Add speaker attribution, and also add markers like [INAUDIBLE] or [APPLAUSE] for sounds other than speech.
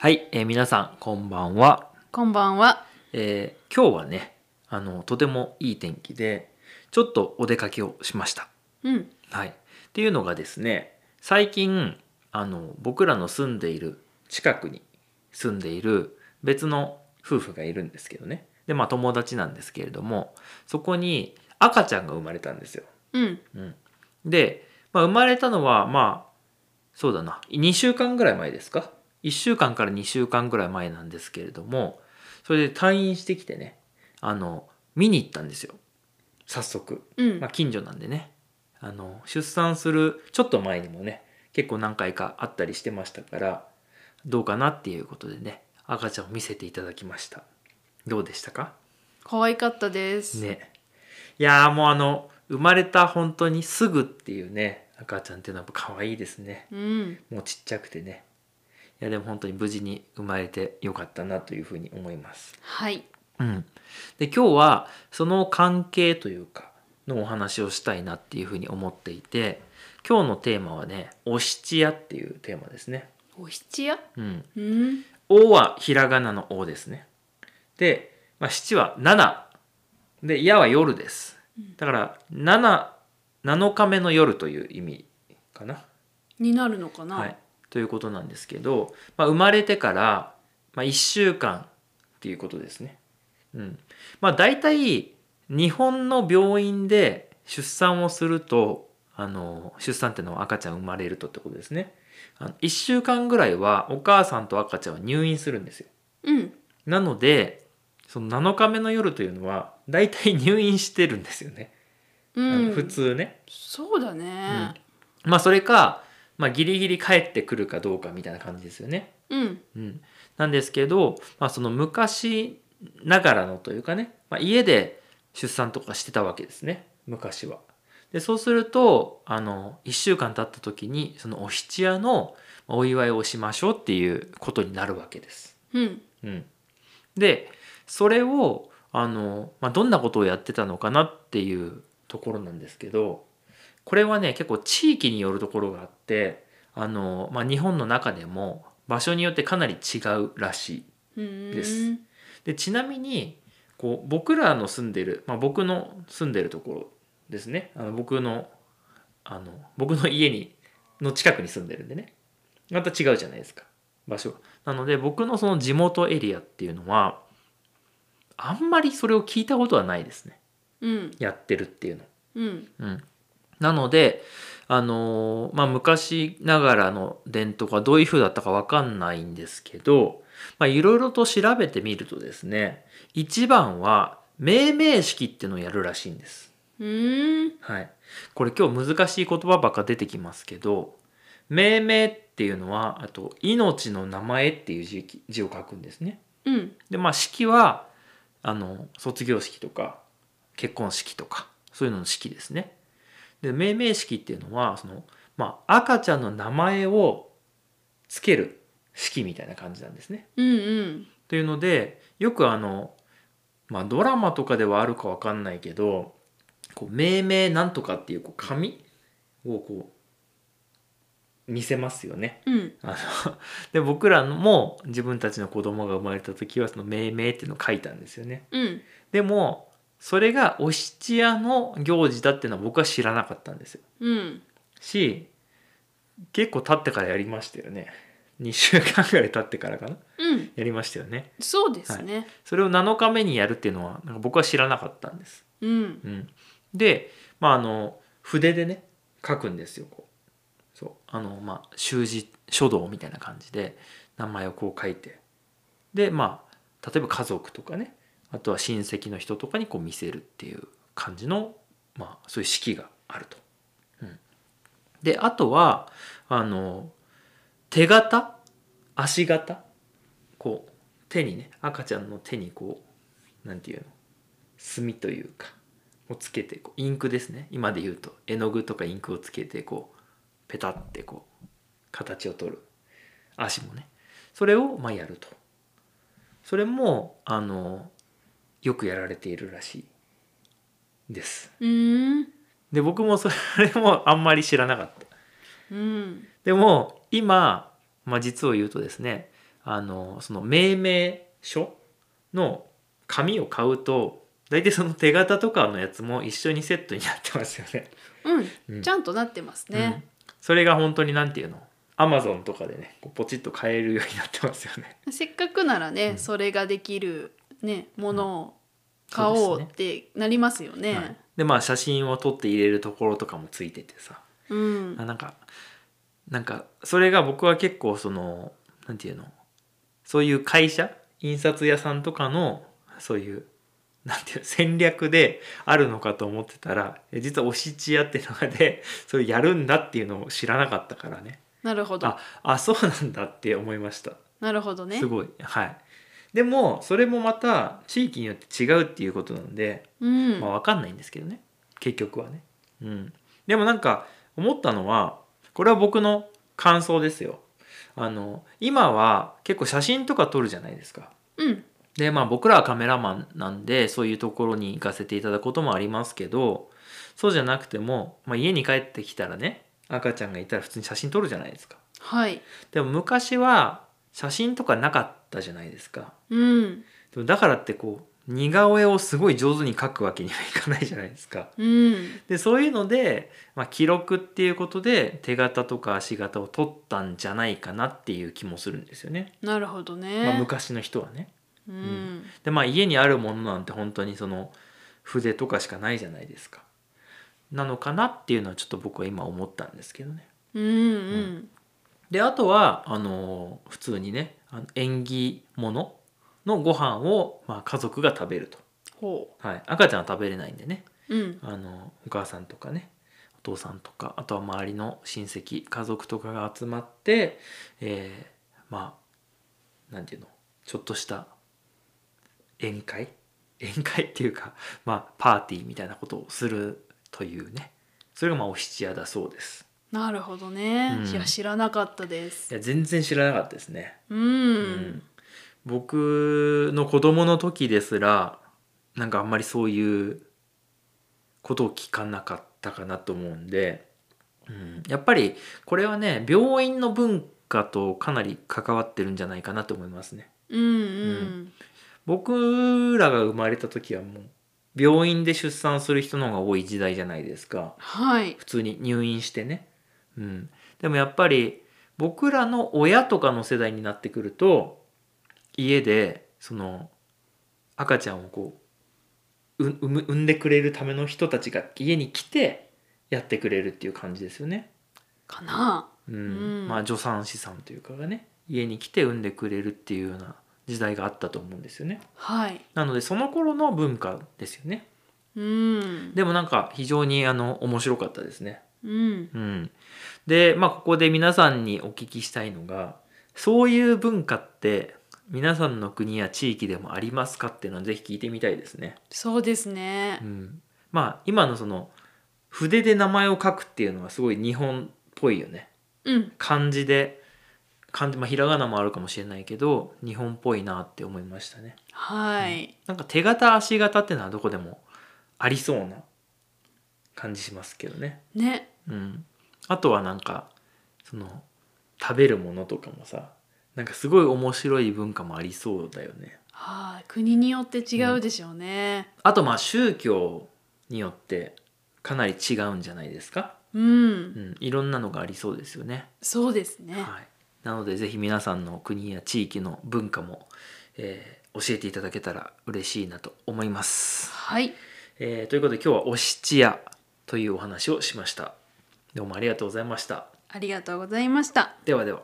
Speaker 1: はい、えー皆さんこんばんは、
Speaker 2: こんばんは。
Speaker 1: えー今日はねあのとてもいい天気でちょっとお出かけをしました
Speaker 2: うん。
Speaker 1: はいっていうのがですね最近あの僕らの住んでいる近くに住んでいる別の夫婦がいるんですけどねでまあ友達なんですけれどもそこに赤ちゃんが生まれたんですよ
Speaker 2: うん。
Speaker 1: うん、で、まあ、生まれたのはまあそうだな2週間ぐらい前ですか1週間から2週間ぐらい前なんですけれどもそれで退院してきてねあの見に行ったんですよ早速、
Speaker 2: うん。
Speaker 1: まあ、近所なんでねあの出産するちょっと前にもね結構何回かあったりしてましたからどうかなっていうことでね赤ちゃんを見せていただきましたどうでしたか
Speaker 2: 可愛かったです。
Speaker 1: ねいやーもうあの生まれた本当にすぐっていうね赤ちゃんっていうのはやっぱ可愛いですね
Speaker 2: うん。
Speaker 1: もうちっちゃくてねいやでも本当に無事に生まれてよかったなというふうに思います
Speaker 2: はい。
Speaker 1: うんで今日はその関係というかのお話をしたいなっていうふうに思っていて今日のテーマはね「お七夜」っていうテーマですね
Speaker 2: お七夜。
Speaker 1: うん
Speaker 2: うん。
Speaker 1: 「お」はひらがなの「お」ですねで、まあ、七は7で「や」は夜ですだから7 7日目の夜という意味かな、
Speaker 2: になるのかな。
Speaker 1: はい、ということなんですけど、まあ、生まれてから、まあ、1週間っていうことですねうんまあ大体日本の病院で出産をするとあの出産っていうのは赤ちゃん生まれるとってことですねあの1週間ぐらいはお母さんと赤ちゃんは入院するんですよ
Speaker 2: うん。
Speaker 1: なのでその7日目の夜というのは大体入院してるんですよね、あ
Speaker 2: う
Speaker 1: の
Speaker 2: ん。
Speaker 1: 普。通ね、
Speaker 2: そうだね。
Speaker 1: まあそれか、まあ、ギリギリ帰ってくるかどうかみたいな感じですよね、
Speaker 2: うん。
Speaker 1: うん、なんですけど、まあ、その昔ながらのというかね、まあ、家で出産とかしてたわけですね昔はでそうするとあの1週間経った時にそのお七夜のお祝いをしましょうっていうことになるわけです
Speaker 2: うん。
Speaker 1: うん、でそれをあの、まあ、どんなことをやってたのかなっていうところなんですけどこれはね結構地域によるところがあってあの、まあ、日本の中でも場所によってかなり違うらしい。
Speaker 2: うん。
Speaker 1: です。でちなみにこう僕らの住んでる、まあ、僕の住んでるところですねあの僕のあの僕の家にの近くに住んでるんでねまた違うじゃないですか場所がなので僕のその地元エリアっていうのはあんまりそれを聞いたことはないですね
Speaker 2: うん。
Speaker 1: やってるっていうの
Speaker 2: うん。
Speaker 1: うん、なので、あのーまあ、昔ながらの伝統がどういう風だったかわかんないんですけどまあいろいろと調べてみるとですね一番は命名式っていうのをやるらしいんです。
Speaker 2: うん。
Speaker 1: はい、これ今日難しい言葉ばっか出てきますけど命名っていうのはあと「命の名前」っていう字字を書くんですね。
Speaker 2: うん。
Speaker 1: でまあ式はあの卒業式とか結婚式とかそういうのの式ですね。で命名式っていうのはその、まあ、赤ちゃんの名前をつける式みたいな感じなんですね。
Speaker 2: うん。うん。
Speaker 1: というのでよくあの、まあ、ドラマとかではあるかわかんないけどこう命名なんとかっていうこう紙をこう見せますよね。
Speaker 2: うん。
Speaker 1: あので僕らも自分たちの子供が生まれた時はその命名っていうのを書いたんですよね
Speaker 2: うん。
Speaker 1: でもそれがお七夜の行事だっていうのは僕は知らなかったんですよ
Speaker 2: うん。
Speaker 1: し結構経ってからやりましたよね2週間ぐらい経ってからかな
Speaker 2: うん。
Speaker 1: やりましたよね
Speaker 2: そうですね。
Speaker 1: それを7日目にやるっていうのはなんか僕は知らなかったんです、
Speaker 2: うん。
Speaker 1: うん、でまああの筆でね書くんですよこうそうあのまあ習字書道みたいな感じで名前をこう書いてでまあ例えば家族とかねあとは親戚の人とかにこう見せるっていう感じのまあそういう式があると。うん、であとはあの手形足形こう手にね赤ちゃんの手にこうなんていうの墨というかをつけてこうインクですね今で言うと絵の具とかインクをつけてこうペタってこう形を取る足もねそれをまあやるとそれもあのよくやられているらしいです
Speaker 2: うん。
Speaker 1: で僕もそれもあ [LAUGHS] んまり知らなかった
Speaker 2: うん。
Speaker 1: でも今、まあ、実を言うとですねあのその命名書の紙を買うと大体その手形とかのやつも一緒にセットになってますよね。
Speaker 2: う
Speaker 1: うん
Speaker 2: ん、ちゃんとなってますね。
Speaker 1: うんそれが本当になんていうのアマゾンとかでねこうポチッと買えるようになってますよね。
Speaker 2: せっかくならね、
Speaker 1: うん
Speaker 2: それができるねものを買
Speaker 1: そうですね
Speaker 2: おうってなりますよね。
Speaker 1: はいでまあ写真を撮って入れるところとかもついててさ
Speaker 2: うん、
Speaker 1: あなんかなんかそれが僕は結構そのなんていうのそういう会社印刷屋さんとかのそういうなんていう戦略であるのかと思ってたらえ実はおしちやってのがでそれやるんだっていうのを知らなかったからね
Speaker 2: なるほど
Speaker 1: ああそうなんだって思いました
Speaker 2: なるほどね
Speaker 1: す。ごいはいでもそれもまた地域によって違うっていうことなんで
Speaker 2: うん、
Speaker 1: まあ、分かんないんですけどね結局はね、うん、でもなんか思ったのはこれは僕の感想ですよあの今は結構写真とか撮るじゃないですか
Speaker 2: うん、
Speaker 1: でまあ僕らはカメラマンなんでそういうところに行かせていただくこともありますけどそうじゃなくても、まあ、家に帰ってきたらね赤ちゃんがいたら普通に写真撮るじゃないですか
Speaker 2: はい、
Speaker 1: でも昔は写真とかなかったじゃないですか
Speaker 2: うん、
Speaker 1: でもだからってこう似顔絵をすごい上手に描くわけにはいかないじゃないですか
Speaker 2: うん、
Speaker 1: でそういうので、まあ、記録っていうことで手形とか足形を取ったんじゃないかなっていう気もするんですよね、
Speaker 2: なるほどね。
Speaker 1: まあ、昔の人はね。
Speaker 2: うん、
Speaker 1: でまあ家にあるものなんて本当にその筆とかしかないじゃないですか。なのかなっていうのはちょっと僕は今思ったんですけどね。
Speaker 2: うん、うん、
Speaker 1: であとはあの普通にねあの縁起物のご飯をまあ家族が食べると、
Speaker 2: ほ
Speaker 1: はい、赤ちゃんは食べれないんでね
Speaker 2: う、うん、
Speaker 1: あのお母さんとかねお父さんとかあとは周りの親戚家族とかが集まって、えーまあなんていうのちょっとした宴会宴会っていうか、まあ、パーティーみたいなことをするというねそれがまあお七夜だそうです
Speaker 2: なるほどね。
Speaker 1: うん
Speaker 2: いや知らなかったです
Speaker 1: い。や全然知らなかったですね、
Speaker 2: うん、
Speaker 1: うん僕の子供の時ですらなんかあんまりそういうことを聞かなかったかなと思うんで、うん、やっぱりこれはね病院の文化とかなり関わってるんじゃないかなと思いますね。
Speaker 2: うん、うん、
Speaker 1: 僕らが生まれた時はもう病院で出産する人の方が多い時代じゃないですか
Speaker 2: はい、
Speaker 1: 普通に入院してね。うん、でもやっぱり僕らの親とかの世代になってくると家でその赤ちゃんをこうう産む産んでくれるための人たちが家に来てやってくれるっていう感じですよね。
Speaker 2: かな。
Speaker 1: うん
Speaker 2: うん
Speaker 1: まあ助産師さんというかがね家に来て産んでくれるっていうような時代があったと思うんですよね。
Speaker 2: はい、
Speaker 1: なのでその頃の文化ですよね。
Speaker 2: うん、
Speaker 1: でもなんか非常にあの面白かったですね。
Speaker 2: うん、
Speaker 1: うん、で、まあ、ここで皆さんにお聞きしたいのがそういう文化って皆さんの国や地域でもありますかっていうのをぜひ聞いてみたいですね。
Speaker 2: そうですね
Speaker 1: う。ん、まあ今のその筆で名前を書くっていうのはすごい日本っぽいよね。
Speaker 2: うん、
Speaker 1: 漢字で漢字、まあ、ひらがなもあるかもしれないけど日本っぽいなって思いましたね。
Speaker 2: はい、
Speaker 1: なんか手形足形っていうのはどこでもありそうな感じしますけどね。
Speaker 2: ね、
Speaker 1: うん、あとはなんかその食べるものとかもさなんかすごい面白い文化もありそうだよね
Speaker 2: はい、国によって違うでしょうね。
Speaker 1: あとまあ宗教によってかなり違うんじゃないですか、
Speaker 2: うん
Speaker 1: う、ん、いろんなのがありそうですよね、
Speaker 2: そうですね。
Speaker 1: はい、なのでぜひ皆さんの国や地域の文化も、えー教えていただけたら嬉しいなと思います、
Speaker 2: はい、
Speaker 1: えーということで今日はお七夜というお話をしましたどうもありがとうございました
Speaker 2: ありがとうございました。
Speaker 1: ではでは